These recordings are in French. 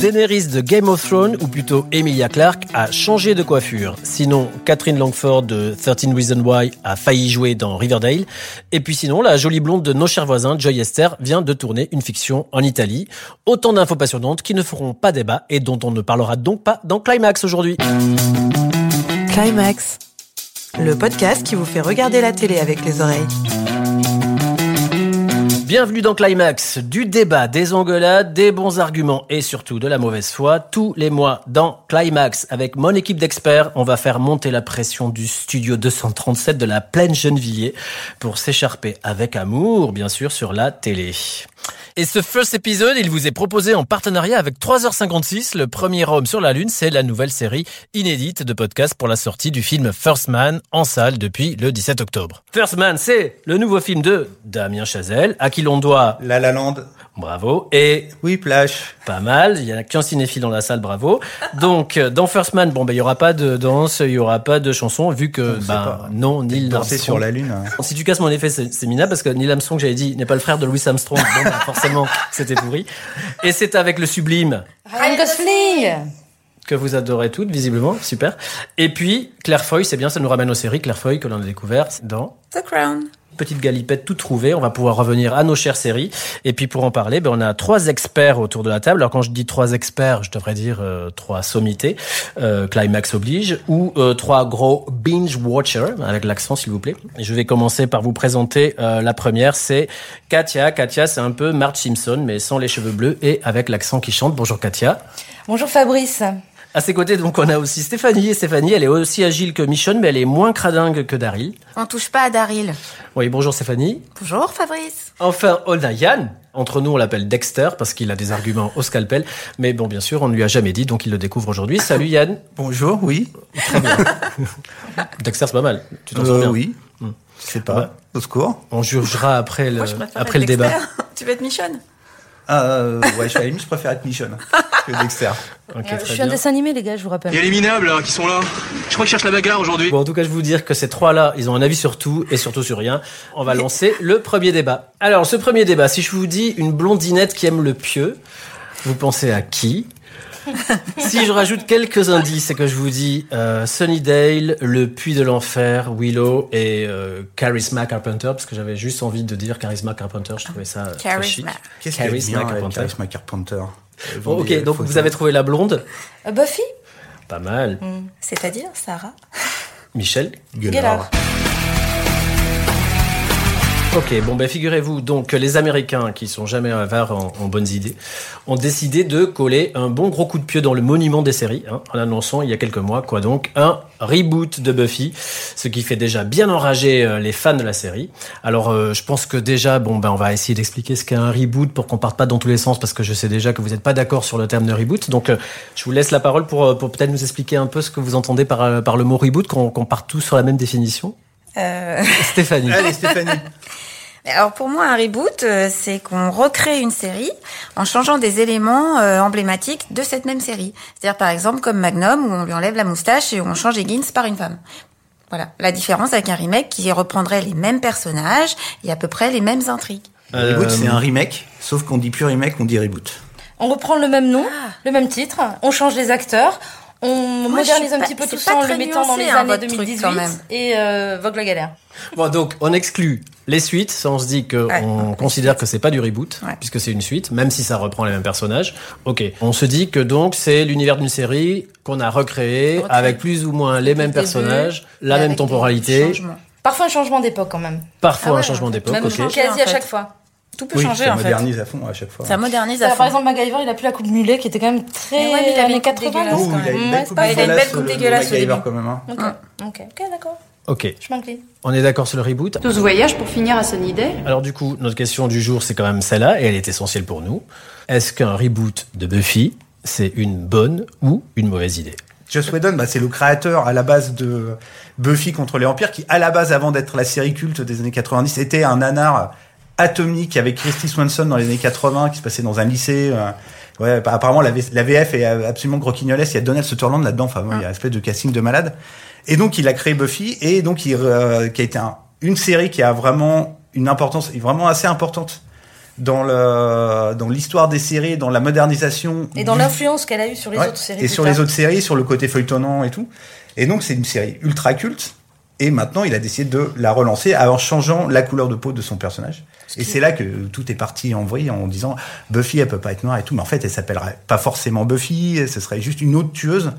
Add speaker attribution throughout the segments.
Speaker 1: Daenerys de Game of Thrones, ou plutôt Emilia Clarke, a changé de coiffure. Sinon, Catherine Langford de 13 Reasons Why a failli jouer dans Riverdale. Et puis sinon, la jolie blonde de Nos chers voisins, Joy Esther, vient de tourner une fiction en Italie. Autant d'infos passionnantes qui ne feront pas débat et dont on ne parlera donc pas dans Climax aujourd'hui.
Speaker 2: Climax, le podcast qui vous fait regarder la télé avec les oreilles.
Speaker 1: Bienvenue dans Climax, du débat, des engueulades, des bons arguments et surtout de la mauvaise foi. Tous les mois dans Climax, avec mon équipe d'experts, on va faire monter la pression du studio 237 de la plaine Gennevilliers pour s'écharper avec amour, bien sûr, sur la télé. Et ce first épisode, il vous est proposé en partenariat avec 3h56, le premier homme sur la Lune, c'est la nouvelle série inédite de podcast pour la sortie du film First Man en salle depuis le 17 octobre. First Man, c'est le nouveau film de Damien Chazelle, à qui l'on doit
Speaker 3: La La Land.
Speaker 1: bravo et
Speaker 3: Oui, Plash.
Speaker 1: pas mal, il y a qu'un cinéphile dans la salle, bravo. Donc euh, dans First Man, bon ben il y aura pas de danse, il y aura pas de chanson vu que
Speaker 3: sait
Speaker 1: ben
Speaker 3: pas.
Speaker 1: non, Neil
Speaker 3: Danser
Speaker 1: Armstrong-
Speaker 3: sur la Lune. hein.
Speaker 1: si tu casses mon effet, c'est c'est minable parce que Neil Armstrong, j'avais dit, n'est pas le frère de Louis Armstrong. Bon, bah, forcément, c'était pourri. Et c'est avec le sublime
Speaker 4: Ryan Gosling
Speaker 1: que vous adorez toutes, visiblement. Super. Et puis, Claire Foy, c'est bien, ça nous ramène aux séries. Claire Foy, que l'on a découvert dans
Speaker 4: The Crown.
Speaker 1: petite galipette tout trouvée. On va pouvoir revenir à nos chères séries. Et puis pour en parler, ben, on a trois experts autour de la table. Alors quand je dis trois experts, je devrais dire euh, trois sommités, euh, climax oblige, ou euh, trois gros binge watchers, avec l'accent s'il vous plaît. Et je vais commencer par vous présenter euh, la première, c'est Katia. Katia, c'est un peu Marge Simpson, mais sans les cheveux bleus et avec l'accent qui chante. Bonjour Katia.
Speaker 4: Bonjour Fabrice.
Speaker 1: À ses côtés, donc, on a aussi Stéphanie. Et Stéphanie, elle est aussi agile que Michonne, mais elle est moins cradingue que Daryl.
Speaker 5: On touche pas à Daryl.
Speaker 1: Oui, bonjour Stéphanie.
Speaker 5: Bonjour Fabrice.
Speaker 1: Enfin, on a Yann. Entre nous, on l'appelle Dexter parce qu'il a des arguments au scalpel. Mais bon, bien sûr, on ne lui a jamais dit, donc il le découvre aujourd'hui. Salut Yann.
Speaker 3: Bonjour, oui.
Speaker 1: Dexter, c'est pas mal. Tu t'en
Speaker 3: Euh,
Speaker 1: souviens
Speaker 3: oui. Je sais pas.
Speaker 1: Hmm. Ouais.
Speaker 3: Au secours.
Speaker 1: On jugera après le,
Speaker 5: Moi, je préfère
Speaker 1: après le
Speaker 5: être
Speaker 1: débat.
Speaker 5: Dexter. tu veux être Michonne
Speaker 3: Euh, ouais, je, à la limite, je préfère être Michonne que Dexter.
Speaker 5: Euh,
Speaker 1: Ok,
Speaker 4: je
Speaker 1: très
Speaker 4: suis un
Speaker 1: bien.
Speaker 4: dessin animé, les gars, je vous
Speaker 6: Il y
Speaker 4: rappelle.
Speaker 6: a les minables hein, qui sont là. Je crois qu'ils cherchent la bagarre aujourd'hui.
Speaker 1: Bon, en tout cas, je vais vous dire que ces trois-là, ils ont un avis sur tout et surtout sur rien. On va lancer le premier débat. Alors, ce premier débat, si je vous dis une blondinette qui aime le pieu, vous pensez à qui Si je rajoute quelques indices et que je vous dis euh, Sunnydale, Le Puits de l'Enfer, Willow et euh, Charisma Carpenter, parce que j'avais juste envie de dire Charisma Carpenter, je trouvais ça euh, très chic.
Speaker 5: Charisma.
Speaker 3: Qu'est-ce qu'il y a de
Speaker 1: Charisma
Speaker 3: bien avec
Speaker 1: hein, Carpenter.
Speaker 3: Charisma Carpenter Ils
Speaker 1: Bon,
Speaker 3: ont des
Speaker 1: ok, donc
Speaker 3: photos.
Speaker 1: vous avez trouvé la blonde
Speaker 4: Euh, Buffy
Speaker 1: Pas mal.
Speaker 5: C'est-à-dire Sarah
Speaker 1: Michel
Speaker 3: Gueulard.
Speaker 1: Ok, bon ben figurez-vous donc que les Américains, qui sont jamais avares en, en bonnes idées, ont décidé de coller un bon gros coup de pied dans le monument des séries, hein, en annonçant il y a quelques mois, quoi donc, un reboot de Buffy, ce qui fait déjà bien enrager euh, les fans de la série. Alors euh, je pense que déjà, bon ben on va essayer d'expliquer ce qu'est un reboot pour qu'on parte pas dans tous les sens, parce que je sais déjà que vous n'êtes pas d'accord sur le terme de reboot, donc euh, je vous laisse la parole pour, euh, pour peut-être nous expliquer un peu ce que vous entendez par, euh, par le mot reboot, qu'on qu'on parte tous sur la même définition.
Speaker 5: Euh,
Speaker 1: Stéphanie.
Speaker 3: Allez, Stéphanie.
Speaker 5: mais Alors pour moi, un reboot, euh, c'est qu'on recrée une série en changeant des éléments euh, emblématiques de cette même série. C'est-à-dire par exemple comme Magnum, où on lui enlève la moustache et où on change Higgins par une femme. Voilà, la différence avec un remake qui reprendrait les mêmes personnages et à peu près les mêmes intrigues.
Speaker 3: Le
Speaker 1: Euh,
Speaker 3: Reboot, c'est un remake, sauf qu'on dit plus remake, on dit reboot.
Speaker 7: On reprend le même nom,
Speaker 5: Ah.
Speaker 7: le même titre, on change les acteurs, on
Speaker 5: Moi, je
Speaker 7: modernise
Speaker 5: suis
Speaker 7: un
Speaker 5: pas-
Speaker 7: petit peu
Speaker 5: c'est
Speaker 7: tout
Speaker 5: pas
Speaker 7: ça en
Speaker 5: très
Speaker 7: le mettant dans
Speaker 5: nuancé,
Speaker 7: les
Speaker 5: hein,
Speaker 7: années
Speaker 5: votre truc,
Speaker 7: 2018
Speaker 5: quand même.
Speaker 7: et euh, vogue la galère.
Speaker 1: Bon, donc on exclut les suites, ça on se dit que
Speaker 5: Ouais,
Speaker 1: on
Speaker 5: les
Speaker 1: considère que c'est pas du reboot
Speaker 5: Ouais.
Speaker 1: puisque c'est une suite, même si ça reprend les mêmes personnages. Ok, on se dit que donc c'est l'univers d'une série qu'on a recréé,
Speaker 7: Recréé.
Speaker 1: avec plus ou moins les mêmes
Speaker 7: début,
Speaker 1: personnages, la
Speaker 5: Et
Speaker 1: même
Speaker 5: avec des
Speaker 1: temporalité,
Speaker 5: changements.
Speaker 7: Parfois un changement d'époque quand même.
Speaker 1: parfois
Speaker 5: Ah ouais,
Speaker 1: un changement
Speaker 5: ouais.
Speaker 3: Oh,
Speaker 1: d'époque.
Speaker 7: même
Speaker 1: ok.
Speaker 5: changer,
Speaker 7: quasi à
Speaker 5: en fait.
Speaker 7: chaque fois. Tout peut
Speaker 3: oui,
Speaker 7: changer
Speaker 3: ça
Speaker 7: en fait.
Speaker 3: modernise à fond à chaque fois.
Speaker 5: Ça modernise à
Speaker 7: Alors,
Speaker 5: fond.
Speaker 7: Par exemple, MacGyver, il a plus la coupe mulet qui était quand même très
Speaker 5: Mais ouais, mais il avait
Speaker 7: années
Speaker 5: une coupe
Speaker 7: 80.
Speaker 5: dégueulasse,
Speaker 3: Oh, il a une
Speaker 7: Ouais,
Speaker 3: belle
Speaker 7: c'est
Speaker 3: coupe euh,
Speaker 7: pareil.
Speaker 5: il a une belle coupe
Speaker 3: le- le
Speaker 5: dégueulasse au
Speaker 3: MacGyver,
Speaker 5: début.
Speaker 3: quand même. hein.
Speaker 7: Ok, ok, ok, d'accord.
Speaker 1: ok,
Speaker 7: Je m'incline.
Speaker 1: on est d'accord sur le reboot.
Speaker 8: 12 voyages pour finir à Sunnydale
Speaker 1: Alors du coup, notre question du jour c'est quand même celle-là et elle est essentielle pour nous. Est-ce qu'un reboot de Buffy c'est une bonne ou une mauvaise idée
Speaker 3: Joss Whedon, bah, c'est le créateur à la base de Buffy contre les vampires, qui à la base, avant d'être la série culte des années 90, était un nanar atomique avec Christy Swanson dans les années 80, qui se passait dans un lycée. euh, Ouais, bah, apparemment la, V- la VF est euh, absolument croquignolesque. Il y a Donald Sutherland là-dedans. Enfin, bon, il y a un espèce de casting de malade. Et donc, il a créé Buffy, et donc il, euh, qui a été un- une série qui a vraiment une importance, vraiment assez importante dans le dans l'histoire des séries, dans la modernisation
Speaker 7: Et dans
Speaker 3: du-
Speaker 7: l'influence qu'elle a eue sur les
Speaker 3: Mhm. Ouais.
Speaker 7: autres séries.
Speaker 3: Et
Speaker 7: plus
Speaker 3: sur les
Speaker 7: tard.
Speaker 3: autres séries, sur le côté feuilletonnant et tout. Et donc, c'est une série ultra culte. Et maintenant, il a décidé de la relancer en changeant la couleur de peau de son personnage. Et c'est là que tout est parti en vrille en disant Buffy, elle peut pas être noire et tout. Mais en fait, elle s'appellerait pas forcément Buffy. Ce serait juste une autre tueuse.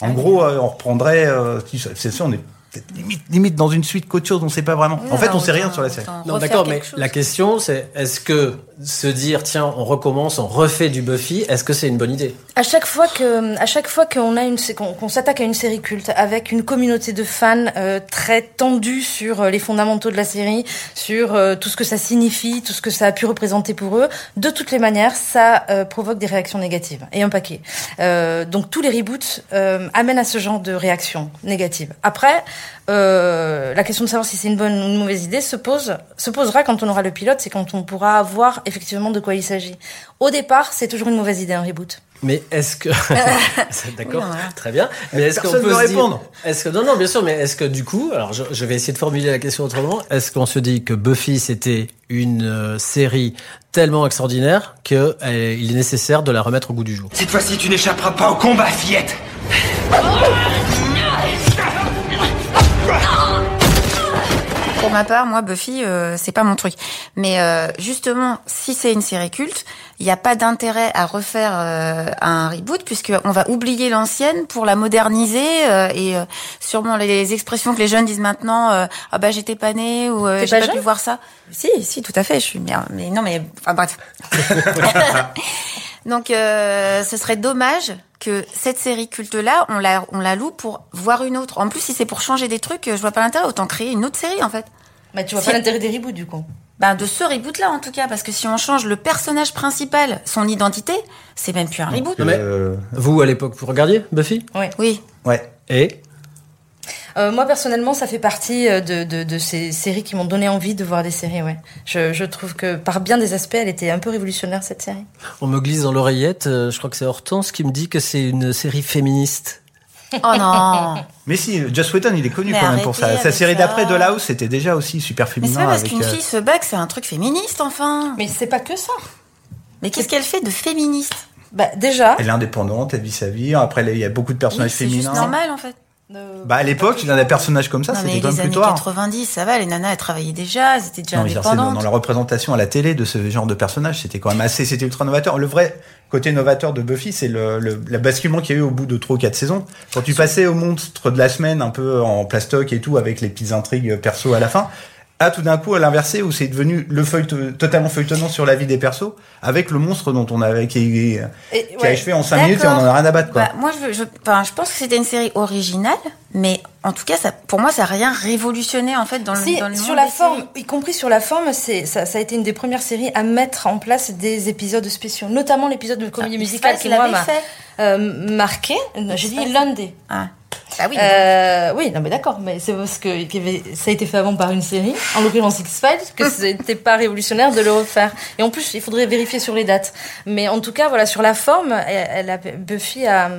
Speaker 5: Ah,
Speaker 3: En gros, euh, on reprendrait. euh, c'est ça, on est peut-être limite, limite dans une suite qu'autre chose, on sait pas vraiment. en fait, on sait rien sur la série.
Speaker 1: Non, d'accord, mais la question, c'est est-ce que se dire, tiens, on recommence, on refait du Buffy, est-ce que c'est une bonne idée
Speaker 7: À chaque fois que, à chaque fois qu'on a une, sé- qu'on qu'on s'attaque à une série culte avec une communauté de fans euh, très tendue sur euh, les fondamentaux de la série, sur euh, tout ce que ça signifie, tout ce que ça a pu représenter pour eux, de toutes les manières, ça euh, provoque des réactions négatives et un paquet. Euh, donc tous les reboots euh, amènent à ce genre de réactions négatives. Après, euh, la question de savoir si c'est une bonne ou une mauvaise idée se pose, se posera quand on aura le pilote, c'est quand on pourra voir effectivement de quoi il s'agit. Au départ, c'est toujours une mauvaise idée un reboot.
Speaker 1: Mais est-ce que C'est d'accord,
Speaker 5: Oui, voilà.
Speaker 1: très bien. Mais est-ce qu'on
Speaker 3: Personne
Speaker 1: peut
Speaker 3: veut
Speaker 1: se dire-
Speaker 3: répondre.
Speaker 1: Est-ce que non, non, bien sûr, mais est-ce que du coup, alors je, je vais essayer de formuler la question autrement. Est-ce qu'on se dit que Buffy c'était une euh, série tellement extraordinaire que euh, il est nécessaire de la remettre au goût du jour
Speaker 9: Cette fois-ci, tu n'échapperas pas au combat, fillette
Speaker 5: Pour ma part, moi, Buffy, euh, c'est pas mon truc. Mais euh, justement, si c'est une série culte, il n'y a pas d'intérêt à refaire euh, un reboot puisque on va oublier l'ancienne pour la moderniser euh, et euh, sûrement les, les expressions que les jeunes disent maintenant euh, ah bah j'étais pas née ou euh,
Speaker 7: T'es
Speaker 5: j'ai
Speaker 7: pas
Speaker 5: pas, pu
Speaker 7: jeune
Speaker 5: voir ça. Si, si, tout à fait. Je suis bien. Mais non, mais enfin bref. Donc, euh, ce serait dommage que cette série culte-là, on la, on la loue pour voir une autre. En plus, si c'est pour changer des trucs, euh, je vois pas l'intérêt. Autant créer une autre série, en fait.
Speaker 7: Bah, tu vois
Speaker 5: Si-
Speaker 7: pas l'intérêt des reboots du coup.
Speaker 5: Ben, de ce reboot-là, en tout cas, parce que si on change le personnage principal, son identité, c'est même plus un reboot.
Speaker 1: Non, mais-
Speaker 3: Euh,
Speaker 1: Vous à l'époque, vous regardiez Buffy
Speaker 5: Oui.
Speaker 3: ouais.
Speaker 1: et
Speaker 7: Euh, moi personnellement, ça fait partie euh, de, de, de ces séries qui m'ont donné envie de voir des séries. Ouais. Je, je trouve que par bien des aspects, elle était un peu révolutionnaire cette série.
Speaker 1: on me glisse dans l'oreillette. euh, je crois que c'est Hortense qui me dit que c'est une série féministe.
Speaker 5: Oh non.
Speaker 3: Mais si, Joss Whedon, il est connu
Speaker 5: Mais
Speaker 3: quand même pour
Speaker 5: arrêtez
Speaker 3: ça. Sa
Speaker 5: avec
Speaker 3: série
Speaker 5: ça.
Speaker 3: d'après, The House, c'était déjà aussi super
Speaker 5: mais
Speaker 3: féminin.
Speaker 5: c'est pas parce
Speaker 3: avec,
Speaker 5: qu'une
Speaker 3: euh,
Speaker 5: fille se bat que c'est un truc féministe, enfin.
Speaker 7: Mais c'est pas que ça.
Speaker 5: Mais qu'est-ce qu'elle fait de féministe
Speaker 7: Bah déjà.
Speaker 3: Elle est indépendante, elle vit sa vie. Après, il y a beaucoup de
Speaker 5: Oui,
Speaker 3: personnages
Speaker 5: C'est juste
Speaker 3: féminins.
Speaker 5: normal, en fait.
Speaker 7: euh,
Speaker 3: Bah, à l'époque, il y en a des personnages comme ça,
Speaker 5: non, mais
Speaker 3: c'était quand même
Speaker 5: les
Speaker 3: plus
Speaker 5: années
Speaker 3: tard.
Speaker 5: 90, ça va, les nanas, elles travaillaient déjà, elles étaient déjà
Speaker 3: Non, mais genre, c'est dans,
Speaker 5: indépendantes.
Speaker 3: dans la représentation à la télé de ce genre de personnages, c'était quand même assez, c'était ultra novateur. Le vrai côté novateur de Buffy, c'est le, le, le basculement qu'il y a eu au bout de trois ou quatre saisons. Quand tu passais au monstre de la semaine, un peu en plastoc et tout, avec les petites intrigues perso à la fin, à tout d'un coup, à l'inversé, où c'est devenu le feuilleton, totalement feuilletonnant sur la vie des persos, avec le monstre dont on avait, qui,
Speaker 7: et-
Speaker 3: qui
Speaker 7: ouais.
Speaker 3: a achevé en 5 minutes et on en a rien à battre, quoi.
Speaker 5: Bah, moi, je, veux- je, enfin, je pense que c'était une série originale, mais en tout cas, ça, pour moi, ça n'a rien révolutionné en fait dans le,
Speaker 7: Si,
Speaker 5: dans le
Speaker 7: sur
Speaker 5: monde
Speaker 7: la
Speaker 5: des
Speaker 7: forme,
Speaker 5: séries.
Speaker 7: y compris sur la forme, c'est ça, ça a été une des premières séries à mettre en place des épisodes spéciaux, notamment l'épisode de comédie
Speaker 5: Ah,
Speaker 7: musicale
Speaker 5: X-Files
Speaker 7: qui moi
Speaker 5: l'avait
Speaker 7: m'a
Speaker 5: fait.
Speaker 7: euh, marqué. J'ai dit
Speaker 5: X-Files.
Speaker 7: l'un des.
Speaker 5: Ah. Bah oui.
Speaker 7: Euh, oui, non, mais d'accord, mais c'est parce que qu'il y avait- ça a été fait avant par une série, en l'occurrence X-Files,
Speaker 5: Hum.
Speaker 7: que c'était pas révolutionnaire de le refaire. Et en plus, il faudrait vérifier sur les dates. Mais en tout cas, voilà, sur la forme, elle, elle a- Buffy a,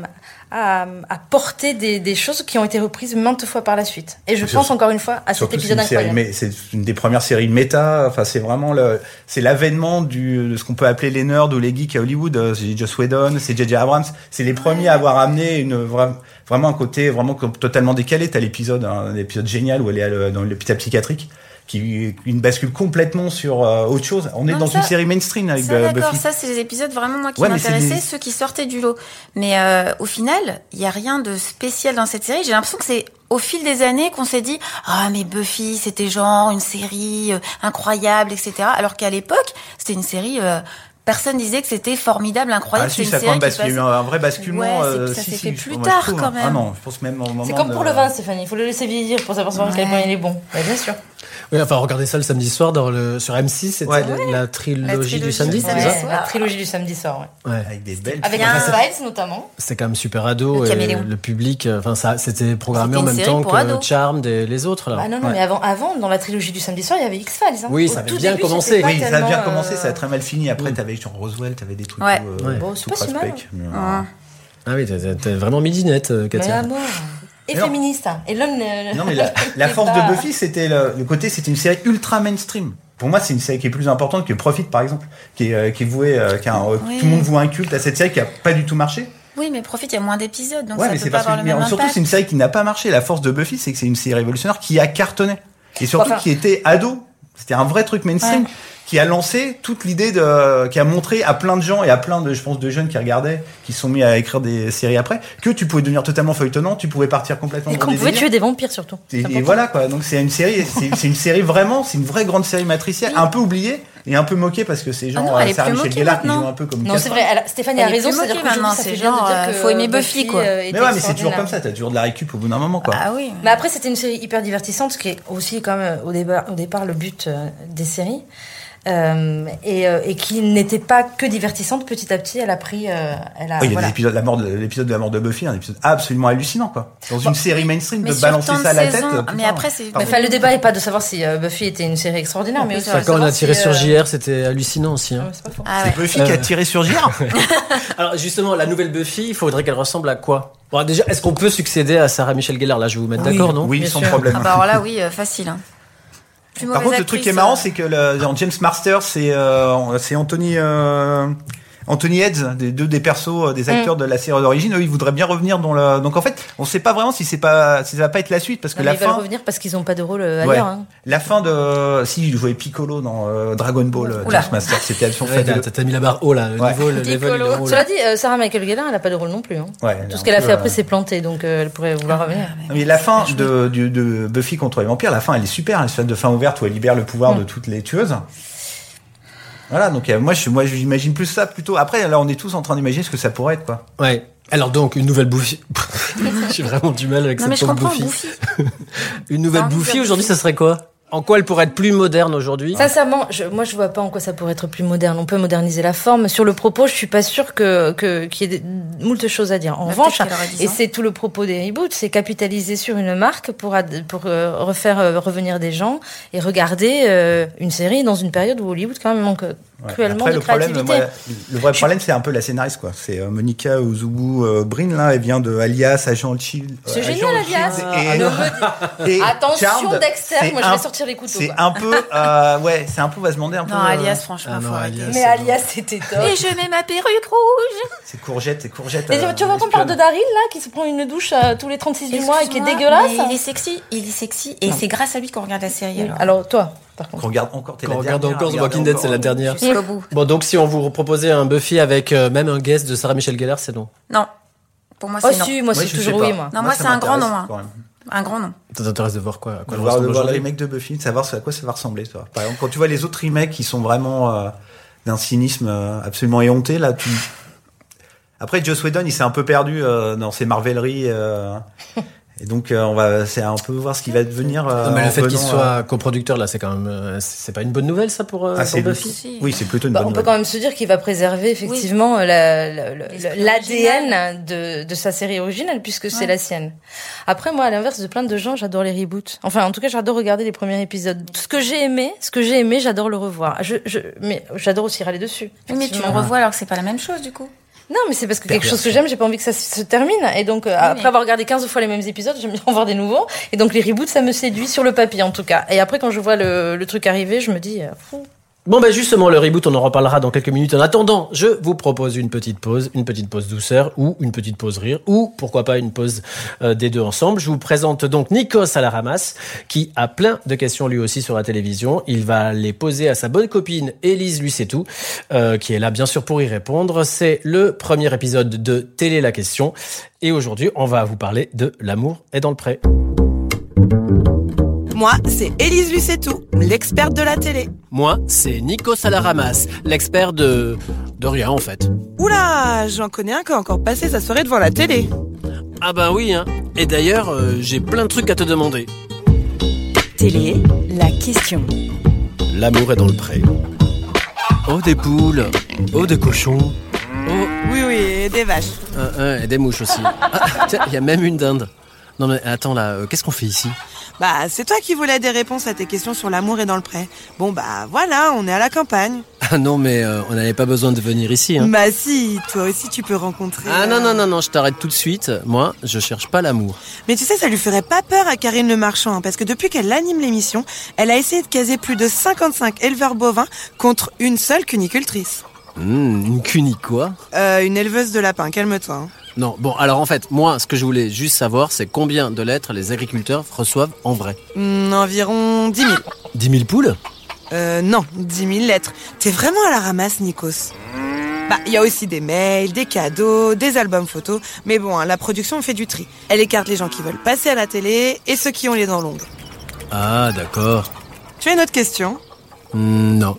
Speaker 7: a, a porté des, des choses qui ont été reprises maintes fois par la suite. Et je
Speaker 3: Sur-
Speaker 7: pense encore une fois à cet
Speaker 3: Surtout, c'est
Speaker 7: épisode
Speaker 3: une série,
Speaker 7: incroyable.
Speaker 3: mais c'est une des premières séries méta. Enfin, c'est vraiment le, c'est l'avènement du, de ce qu'on peut appeler les nerds ou les geeks à Hollywood. Euh, C'est Joss Whedon, c'est JJ Abrams. C'est les premiers à avoir amené une vra- vraiment un côté vraiment comme totalement décalé. T'as l'épisode, hein, un épisode génial où elle est à le- dans l'hôpital psychiatrique, qui une bascule complètement sur euh, autre chose. On est
Speaker 5: Non,
Speaker 3: dans
Speaker 5: ça-
Speaker 3: une série mainstream avec
Speaker 5: ça,
Speaker 3: euh,
Speaker 5: d'accord,
Speaker 3: Buffy.
Speaker 5: ça, c'est les épisodes vraiment moi qui
Speaker 3: Ouais, mais c'est
Speaker 5: m'intéressaient,
Speaker 3: des-
Speaker 5: ceux qui sortaient du lot. Mais euh, au final, il y a rien de spécial dans cette série. J'ai l'impression que c'est au fil des années qu'on s'est dit ah mais Buffy, c'était genre une série euh, incroyable, etc. Alors qu'à l'époque, c'était une série. euh, Personne disait que c'était formidable, incroyable.
Speaker 3: Ah si,
Speaker 5: c'était
Speaker 3: ça
Speaker 5: une
Speaker 3: quand même
Speaker 5: série
Speaker 3: bascule,
Speaker 5: qui
Speaker 3: il y a eu
Speaker 5: passait-
Speaker 3: un vrai basculement.
Speaker 5: Ouais, c'est-
Speaker 3: euh,
Speaker 5: ça
Speaker 3: si,
Speaker 5: s'est
Speaker 3: si,
Speaker 5: fait
Speaker 3: je-
Speaker 5: plus
Speaker 3: moi, je
Speaker 5: tard,
Speaker 3: trouve,
Speaker 5: quand
Speaker 3: hein. Ah
Speaker 5: même.
Speaker 3: non, je pense même au moment.
Speaker 7: C'est comme
Speaker 3: de-
Speaker 7: pour le vin, Stéphanie, il faut le laisser vieillir pour savoir à quel point il est bon. Mais bien sûr.
Speaker 1: Oui, enfin, regardez ça le samedi soir dans le sur M6, c'était
Speaker 3: Ouais.
Speaker 1: la, la trilogie du
Speaker 5: trilogie
Speaker 1: samedi,
Speaker 5: du
Speaker 1: c'est
Speaker 5: samedi.
Speaker 1: ça
Speaker 7: Ouais, la trilogie du samedi soir, ouais.
Speaker 1: Ouais.
Speaker 3: Avec des belles.
Speaker 7: Avec
Speaker 5: Bien.
Speaker 7: X-Files notamment.
Speaker 1: C'était quand même super ado
Speaker 5: Le
Speaker 1: et
Speaker 5: caméléon.
Speaker 1: le public, euh, enfin ça, c'était programmé
Speaker 5: C'était
Speaker 1: en
Speaker 5: une
Speaker 1: même
Speaker 5: série
Speaker 1: temps
Speaker 5: pour
Speaker 1: que
Speaker 5: ados. Bah
Speaker 1: Charmed et les autres là.
Speaker 7: Ah non, non,
Speaker 3: Ouais.
Speaker 7: mais avant, avant, dans la trilogie du samedi soir, il y avait X-Files. hein.
Speaker 1: Oui,
Speaker 7: Au
Speaker 1: ça avait
Speaker 7: tout
Speaker 1: bien
Speaker 7: début,
Speaker 1: commencé.
Speaker 7: c'était pas
Speaker 3: Oui, ça a bien
Speaker 7: tellement,
Speaker 3: commencé,
Speaker 7: euh,
Speaker 3: ça a très mal fini. Après, t'avais genre Roswell, t'avais des trucs. euh,
Speaker 5: Ouais.
Speaker 3: tout,
Speaker 1: Ouais.
Speaker 7: Bon, c'est
Speaker 3: tout
Speaker 7: pas si mal.
Speaker 3: prospect. Mais, euh,
Speaker 1: Ah oui, t'es- t'es vraiment midinette, euh,
Speaker 7: Mais
Speaker 1: Katia.
Speaker 7: à mort. Et
Speaker 3: Mais non.
Speaker 7: féministe. hein. Et l'homme. ne-
Speaker 3: Non, mais la, la
Speaker 7: n'est
Speaker 3: force
Speaker 7: pas-
Speaker 3: de Buffy, c'était le, le côté, c'était une série ultra mainstream. pour moi, c'est une série qui est plus importante que Profit, par exemple, qui est, euh, qui est vouée, euh, qui a
Speaker 7: Ah,
Speaker 3: un-
Speaker 5: Oui.
Speaker 3: tout le monde voue un culte à cette série qui a pas du tout marché.
Speaker 5: Oui, mais Profit, il y a moins d'épisodes, donc
Speaker 3: ouais,
Speaker 5: ça
Speaker 3: mais
Speaker 5: peut
Speaker 3: c'est
Speaker 5: pas
Speaker 3: parce
Speaker 5: avoir
Speaker 3: que
Speaker 5: le
Speaker 3: mais
Speaker 5: même
Speaker 3: surtout
Speaker 5: impact.
Speaker 3: c'est une série qui n'a pas marché. La force de Buffy, c'est que c'est une série révolutionnaire qui a cartonné et surtout
Speaker 5: Enfin.
Speaker 3: qui était ado. C'était un vrai truc mainstream qui a lancé toute l'idée de, qui a montré à plein de gens et à plein de, je pense, de jeunes qui regardaient, qui se sont mis à écrire des séries après, que tu pouvais devenir totalement feuilletonnant, tu pouvais partir complètement.
Speaker 7: Et
Speaker 3: dans
Speaker 7: qu'on
Speaker 3: des
Speaker 7: pouvait
Speaker 3: délires.
Speaker 7: tuer des vampires surtout.
Speaker 3: Et,
Speaker 7: C'est
Speaker 3: et
Speaker 7: important.
Speaker 3: voilà quoi. Donc c'est une série, c'est c'est une série vraiment, c'est une vraie grande série matricielle, un peu oubliée et un peu moquée parce que ces gens,
Speaker 5: Ah
Speaker 3: euh,
Speaker 5: non, elle est
Speaker 3: Sarah
Speaker 5: plus
Speaker 3: Michel
Speaker 5: moquée
Speaker 3: Gellar, qui
Speaker 5: maintenant.
Speaker 3: joue un peu comme.
Speaker 7: Non,
Speaker 3: Catherine.
Speaker 7: c'est vrai, elle a- Stéphanie
Speaker 5: Elle
Speaker 7: a
Speaker 5: est
Speaker 7: raison,
Speaker 5: plus
Speaker 7: c'est-à-dire
Speaker 5: moquée
Speaker 7: qu'aujourd'hui,
Speaker 5: maintenant,
Speaker 7: ça
Speaker 5: c'est
Speaker 7: fait bien de
Speaker 5: genre,
Speaker 7: dire
Speaker 5: euh,
Speaker 7: que
Speaker 5: faut aimer Buffy, quoi.
Speaker 7: euh, était
Speaker 3: Mais ouais, mais c'est toujours
Speaker 7: extraordinaire.
Speaker 3: comme ça. T'as toujours de la récup au bout d'un moment quoi.
Speaker 5: Ah oui.
Speaker 7: Mais après, c'était une série hyper divertissante, ce qui est aussi quand même au, déba- au départ le but euh, des séries. Euh, et, euh, et qui n'était pas que divertissante, petit à petit, elle a pris. euh, elle a,
Speaker 3: Oh, il y a
Speaker 7: voilà.
Speaker 3: des épisodes, la mort de, l'épisode de la mort de Buffy, un épisode absolument hallucinant, quoi. Dans une série mainstream,
Speaker 5: Mais
Speaker 3: de
Speaker 5: sur
Speaker 3: balancer
Speaker 5: tant de
Speaker 3: ça à la
Speaker 5: saisons,
Speaker 3: tête.
Speaker 5: mais
Speaker 3: putain.
Speaker 5: après, c'est-
Speaker 7: Mais
Speaker 3: Pardon.
Speaker 7: enfin, le débat n'est pas de savoir si euh, Buffy était une série extraordinaire, mais aussi.
Speaker 1: Enfin,
Speaker 7: de
Speaker 1: quand on
Speaker 7: savoir
Speaker 1: a tiré
Speaker 7: si,
Speaker 1: sur
Speaker 7: euh,
Speaker 1: JR, c'était hallucinant aussi. hein.
Speaker 7: ouais, c'est pas faux.
Speaker 5: Ah
Speaker 3: C'est
Speaker 5: ouais.
Speaker 3: Buffy qui a tiré sur Gire
Speaker 1: Alors justement, la nouvelle Buffy, il faudrait qu'elle ressemble à quoi Bon, déjà, est-ce qu'on peut succéder à Sarah Michel Gellar Là, je vais vous mettre d'accord, non
Speaker 3: Oui,
Speaker 7: Bien
Speaker 3: sans
Speaker 7: sûr.
Speaker 3: problème.
Speaker 5: Ah bah alors là, oui, euh, facile. hein. Plus
Speaker 3: Par
Speaker 5: mauvaise
Speaker 3: contre, le truc
Speaker 5: actrice,
Speaker 3: qui est marrant,
Speaker 5: euh,
Speaker 3: c'est que le- dans James Master, c'est euh, c'est Anthony euh, Anthony Heads, des deux des persos, euh,
Speaker 7: Mm.
Speaker 3: des acteurs de la série d'origine. Eux, ils voudraient bien revenir dans le. Donc en fait, on sait pas vraiment si c'est pas si ça va pas être la suite parce que
Speaker 7: Non, mais
Speaker 3: la
Speaker 7: ils veulent
Speaker 3: fin.
Speaker 7: revenir parce qu'ils n'ont pas de rôle euh,
Speaker 3: Ouais.
Speaker 7: ailleurs. hein.
Speaker 3: La fin de si il jouait Piccolo dans euh, Dragon Ball euh,
Speaker 5: Oula.
Speaker 3: James Master c'était absolument
Speaker 1: Ouais, t'as
Speaker 3: fabuleux.
Speaker 1: t'as mis la barre haut là, le
Speaker 3: Ouais.
Speaker 1: niveau, le level, il est haut, là.
Speaker 7: Cela dit, euh, Sarah Michael Gellar, elle n'a pas de rôle non plus. hein.
Speaker 3: Ouais, Ah, elle est
Speaker 7: Tout ce
Speaker 3: un
Speaker 7: qu'elle a
Speaker 3: peu,
Speaker 7: fait
Speaker 3: euh,
Speaker 7: après, c'est planté, donc euh, elle pourrait vouloir revenir.
Speaker 3: Mais la fin de, du- de Buffy contre les vampires, la fin elle est super, une espèce de fin ouverte où elle libère le pouvoir
Speaker 7: Mm.
Speaker 3: de toutes les tueuses. Voilà, donc euh, moi je moi j'imagine plus ça plutôt. Après là on est tous en train d'imaginer ce que ça pourrait être quoi.
Speaker 1: Ouais. Alors donc, une nouvelle Buffy. J'ai vraiment du mal avec
Speaker 5: Non mais
Speaker 1: cette
Speaker 5: je
Speaker 1: forme
Speaker 5: comprends,
Speaker 1: Buffy.
Speaker 5: Buffy.
Speaker 1: Une nouvelle
Speaker 5: T'as envie de
Speaker 1: Buffy,
Speaker 5: dire
Speaker 1: aujourd'hui,
Speaker 5: Buffy
Speaker 1: ça serait quoi En quoi elle pourrait être plus moderne aujourd'hui
Speaker 7: Sincèrement, je, moi je vois pas en quoi ça pourrait être plus moderne. On peut moderniser la forme. Sur le propos, je suis pas sûre que que- qu'il y ait des- moult choses à dire. En
Speaker 5: Bah,
Speaker 7: revanche,
Speaker 5: peut-être qu'elle aurait dix
Speaker 7: et
Speaker 5: ans.
Speaker 7: c'est tout le propos des reboots, c'est capitaliser sur une marque pour ad- pour euh, refaire euh, revenir des gens et regarder euh, une série dans une période où Hollywood quand même manque euh,
Speaker 3: Ouais.
Speaker 7: cruellement
Speaker 3: Après,
Speaker 7: de
Speaker 3: le problème,
Speaker 7: créativité.
Speaker 3: moi, le vrai problème c'est un peu la scénariste quoi. C'est euh, Monica Ozubu euh, Brin là, elle vient de Alias, Agent Shield.
Speaker 7: C'est
Speaker 3: euh,
Speaker 7: génial,
Speaker 3: Agent
Speaker 7: Alias.
Speaker 3: Shield
Speaker 7: Ah,
Speaker 3: et-
Speaker 7: ne me dis-
Speaker 3: et
Speaker 7: Attention
Speaker 3: Charmed,
Speaker 7: Dexter,
Speaker 3: c'est
Speaker 7: moi je
Speaker 3: un-
Speaker 7: vais sortir les couteaux.
Speaker 3: C'est
Speaker 7: quoi.
Speaker 3: un peu euh, ouais, c'est un peu on va se demander un peu.
Speaker 5: Non,
Speaker 3: euh,
Speaker 5: Alias, franchement,
Speaker 1: Ah non,
Speaker 5: faut arrêter.
Speaker 1: Alias.
Speaker 7: Mais alias, c'était top.
Speaker 5: Et je mets ma perruque rouge.
Speaker 3: C'est courgette, c'est courgette.
Speaker 7: Et
Speaker 3: euh,
Speaker 7: tu vois qu'on parle de Daryl là qui se prend une douche euh, tous les 36 du mois et qui est
Speaker 5: Excuse-moi,
Speaker 7: dégueulasse.
Speaker 5: mais Il est hein sexy, il est sexy, et c'est grâce à lui qu'on regarde la série.
Speaker 7: Alors.
Speaker 5: Alors.
Speaker 7: toi, par
Speaker 3: Qu'on
Speaker 7: contre.
Speaker 3: Regarde encore, t'es
Speaker 1: Quand on
Speaker 3: la
Speaker 1: regarde
Speaker 3: dernière,
Speaker 1: encore The
Speaker 3: regarde
Speaker 1: Walking Dead,
Speaker 3: encore.
Speaker 1: c'est la dernière.
Speaker 5: Jusqu'au bout.
Speaker 1: Bon, donc si on vous proposait un Buffy avec euh, même un guest de Sarah Michel Gellar, c'est non.
Speaker 5: Non, pour moi
Speaker 7: Oh
Speaker 5: c'est non.
Speaker 7: si,
Speaker 3: Moi,
Speaker 7: moi c'est
Speaker 3: je sais
Speaker 7: toujours
Speaker 3: pas.
Speaker 7: oui moi.
Speaker 5: Non, moi,
Speaker 3: ça
Speaker 5: c'est un grand
Speaker 3: m'intéresse
Speaker 5: nom, hein.
Speaker 3: quand même.
Speaker 5: Un grand nom.
Speaker 1: Ça t'intéresse de voir quoi, à quoi
Speaker 3: De
Speaker 1: elle
Speaker 3: voir, de
Speaker 1: ressemble
Speaker 3: voir les
Speaker 1: aujourd'hui
Speaker 3: remakes de Buffy, de savoir à quoi ça va ressembler. Ça. Par exemple, quand tu vois les autres remakes qui sont vraiment euh, d'un cynisme euh, absolument éhonté, là, tu... Après, Joss Whedon, il s'est un peu perdu euh, dans ses marveleries. euh, et donc, euh, on va, c'est un peu voir ce qui va devenir. euh,
Speaker 1: Non, mais
Speaker 3: en
Speaker 1: le fait qu'il
Speaker 3: venant, euh,
Speaker 1: soit coproducteur là, c'est quand même, euh, c'est pas une bonne nouvelle ça pour, euh,
Speaker 3: ah,
Speaker 1: pour
Speaker 3: c'est
Speaker 1: Buffy.
Speaker 5: Si.
Speaker 3: Oui, c'est plutôt une
Speaker 7: Bah,
Speaker 3: bonne
Speaker 7: on peut
Speaker 3: nouvelle.
Speaker 7: quand même se dire qu'il va préserver effectivement la- la- la-
Speaker 5: L'esprit
Speaker 7: l'ADN de, de sa série originale puisque c'est
Speaker 5: Ouais.
Speaker 7: la sienne. Après moi, à l'inverse de plein de gens, j'adore les reboots. Enfin, en tout cas, j'adore regarder les premiers épisodes. Ce que j'ai aimé, ce que j'ai aimé, j'adore le revoir. Je, je, mais j'adore aussi râler dessus.
Speaker 5: Oui, mais tu le
Speaker 7: effectivement.
Speaker 5: revois alors que c'est pas la même chose du coup.
Speaker 7: Non, mais c'est parce que quelque chose que j'aime, j'ai pas envie que ça se se termine. Et donc, euh, après
Speaker 5: mais-
Speaker 7: avoir regardé 15 fois les mêmes épisodes, j'aime bien en voir des nouveaux. Et donc, les reboots, ça me séduit sur le papier, en tout cas. Et après, quand je vois le, le truc arriver, je me dis, euh, fou.
Speaker 1: Bon ben justement le reboot on en reparlera dans quelques minutes. En attendant, je vous propose une petite pause, une petite pause douceur ou une petite pause rire ou pourquoi pas une pause euh, des deux ensemble. Je vous présente donc Nikos à la ramasse qui a plein de questions lui aussi sur la télévision. Il va les poser à sa bonne copine Élise lui c'est tout euh, qui est là bien sûr pour y répondre. C'est le premier épisode de Télé la question et aujourd'hui on va vous parler de l'amour est dans le pré.
Speaker 2: Moi, c'est Élise Lucetto, l'experte de la télé.
Speaker 1: Moi c'est Nikos à la ramasse, l'expert de de rien en fait.
Speaker 2: Oula, j'en connais un qui a encore passé sa soirée devant la télé.
Speaker 1: Ah bah oui, hein. Et d'ailleurs, euh, j'ai plein de trucs à te demander.
Speaker 10: Télé, la question.
Speaker 1: L'amour est dans le pré. Oh des poules, oh des cochons, oh
Speaker 2: Oui, oui, et des vaches.
Speaker 1: euh, euh, et des mouches aussi. Ah, tiens, il y a même une dinde. Non mais attends là, euh, qu'est-ce qu'on fait ici
Speaker 11: Bah, c'est toi qui voulais des réponses à tes questions sur l'amour et dans le prêt. Bon, bah voilà, on est à la campagne.
Speaker 1: Ah non, mais euh, on n'avait pas besoin de venir ici. Hein.
Speaker 11: Bah si, toi aussi tu peux rencontrer.
Speaker 1: Ah
Speaker 2: euh,
Speaker 1: non, non, non, non, je t'arrête tout de suite. Moi, je cherche pas l'amour.
Speaker 11: Mais tu sais, ça lui ferait pas peur à Karine Le Marchand, hein, parce que depuis qu'elle anime l'émission, elle a essayé de caser plus de 55 éleveurs bovins contre une seule cunicultrice.
Speaker 1: Mmh, une cuni quoi
Speaker 11: euh, Une éleveuse de lapins, calme-toi. hein.
Speaker 1: Non, bon, alors en fait, moi, ce que je voulais juste savoir, c'est combien de lettres les agriculteurs reçoivent en vrai
Speaker 11: Hmm, environ 10 000.
Speaker 1: 10 000 poules
Speaker 11: Euh, non, 10 000 lettres. T'es vraiment à la ramasse, Nikos. Bah, il y a aussi des mails, des cadeaux, des albums photos. Mais bon, hein, la production fait du tri. Elle écarte les gens qui veulent passer à la télé et ceux qui ont les dents longues.
Speaker 1: Ah, d'accord.
Speaker 11: Tu as une autre question
Speaker 1: Mmh, Non.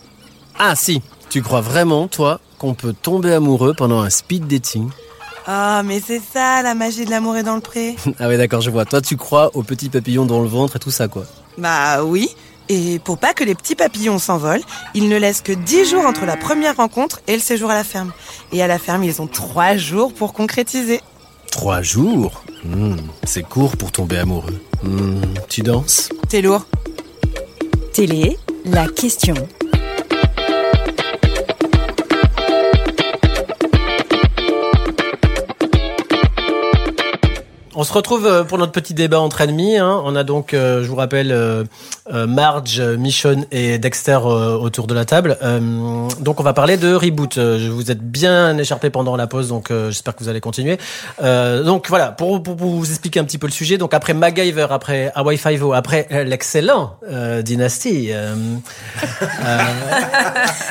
Speaker 1: Ah si, tu crois vraiment, toi, qu'on peut tomber amoureux pendant un speed dating
Speaker 11: Ah, mais c'est ça, la magie de l'amour est dans le pré.
Speaker 1: Ah ouais, d'accord, je vois. Toi, tu crois aux petits papillons dans le ventre et tout ça, quoi.
Speaker 11: Bah oui. Et pour pas que les petits papillons s'envolent, ils ne laissent que 10 jours entre la première rencontre et le séjour à la ferme. Et à la ferme, ils ont 3 jours pour concrétiser.
Speaker 1: Trois jours Hmm, C'est court pour tomber amoureux. Hmm, tu danses
Speaker 11: T'es lourd.
Speaker 10: Télé, la question.
Speaker 1: On se retrouve euh, pour notre petit débat entre ennemis. hein. On a donc, euh, je vous rappelle, euh, euh, Marge, euh, Michonne et Dexter euh, autour de la table. Euh, donc, on va parler de reboot. Euh, Je vous êtes bien écharpé pendant la pause, donc euh, j'espère que vous allez continuer. Euh, donc voilà, pour, pour, pour vous expliquer un petit peu le sujet. Donc après MacGyver, après Hawaii Five-O, après euh, l'excellent euh, Dynasty. euh, euh,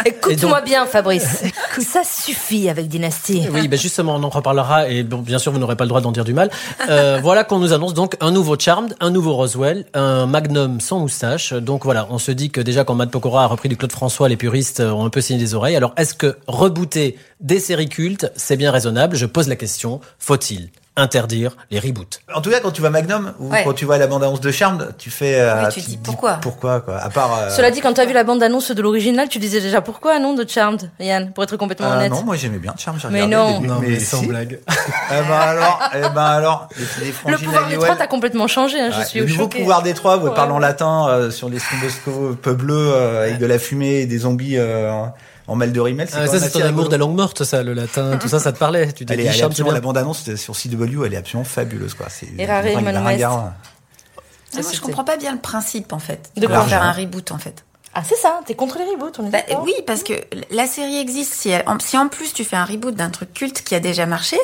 Speaker 12: Écoute-moi bien, Fabrice. Ça suffit avec Dynastie.
Speaker 1: Oui, ben justement, on en reparlera et bon, bien sûr, vous n'aurez pas le droit d'en dire du mal. Euh, voilà qu'on nous annonce donc un nouveau Charmed, un nouveau Roswell, un Magnum sans moustache. Donc voilà, on se dit que déjà quand Matt Pokora a repris du Claude François, les puristes euh, ont un peu signé des oreilles. Alors est-ce que rebooter des séries cultes, c'est bien raisonnable Je pose la question. Faut-il interdire les reboots
Speaker 3: En tout cas, quand tu vois Magnum ou
Speaker 7: Ouais.
Speaker 3: quand tu vois la bande-annonce de Charmed, tu fais. euh,
Speaker 7: Oui, tu te dis
Speaker 3: te
Speaker 7: pourquoi
Speaker 3: Pourquoi quoi À part. euh,
Speaker 7: Cela dit, quand t'as vu la bande-annonce de l'original, tu disais déjà pourquoi, non, de Charmed, Yann, pour être complètement
Speaker 3: ah,
Speaker 7: honnête.
Speaker 3: non, moi j'aimais bien Charmed. j'ai
Speaker 7: Mais
Speaker 3: regardé
Speaker 7: non.
Speaker 3: au début,
Speaker 1: Non, mais
Speaker 3: si.
Speaker 1: sans blague.
Speaker 3: eh ben alors, eh ben alors, les, les
Speaker 7: Le
Speaker 3: frangines
Speaker 7: pouvoir des
Speaker 3: Halliwell.
Speaker 7: trois t'as complètement changé, hein, je
Speaker 3: Ouais,
Speaker 7: suis
Speaker 3: Ah, le nouveau
Speaker 7: choquée.
Speaker 3: pouvoir des trois, vous
Speaker 7: Ouais.
Speaker 3: parlant latin euh, sur les scombosco peu bleus euh, avec de la fumée et des zombies euh, en mal de rimel.
Speaker 1: Ah, mais ça, c'est ton amour de la langue morte, ça, le latin, tout ça, ça te parlait. Tu t'es
Speaker 3: Elle
Speaker 1: dit,
Speaker 3: est, elle est
Speaker 1: Charmed, c'est
Speaker 3: absolument,
Speaker 1: bien.
Speaker 3: la bande-annonce sur CW, elle est absolument fabuleuse. Quoi. C'est
Speaker 7: Et Rare et
Speaker 3: c'est
Speaker 7: Manon
Speaker 3: ringard,
Speaker 7: West.
Speaker 3: ringard.
Speaker 5: Ah, moi, je comprends pas bien le principe en fait.
Speaker 7: De quoi
Speaker 5: Pour faire un reboot en fait.
Speaker 7: Ah, c'est ça, t'es contre les reboots, on est
Speaker 5: Bah,
Speaker 7: d'accord
Speaker 5: oui, parce que la série existe. Si, elle- en- si en plus tu fais un reboot d'un truc culte qui a déjà marché,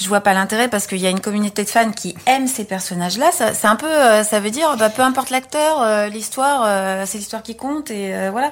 Speaker 5: je vois pas l'intérêt parce qu'il y a une communauté de fans qui aiment ces personnages-là. Ça- C'est un peu, euh, ça veut dire, bah, peu importe l'acteur, euh, l'histoire, euh, c'est l'histoire qui compte et euh, voilà.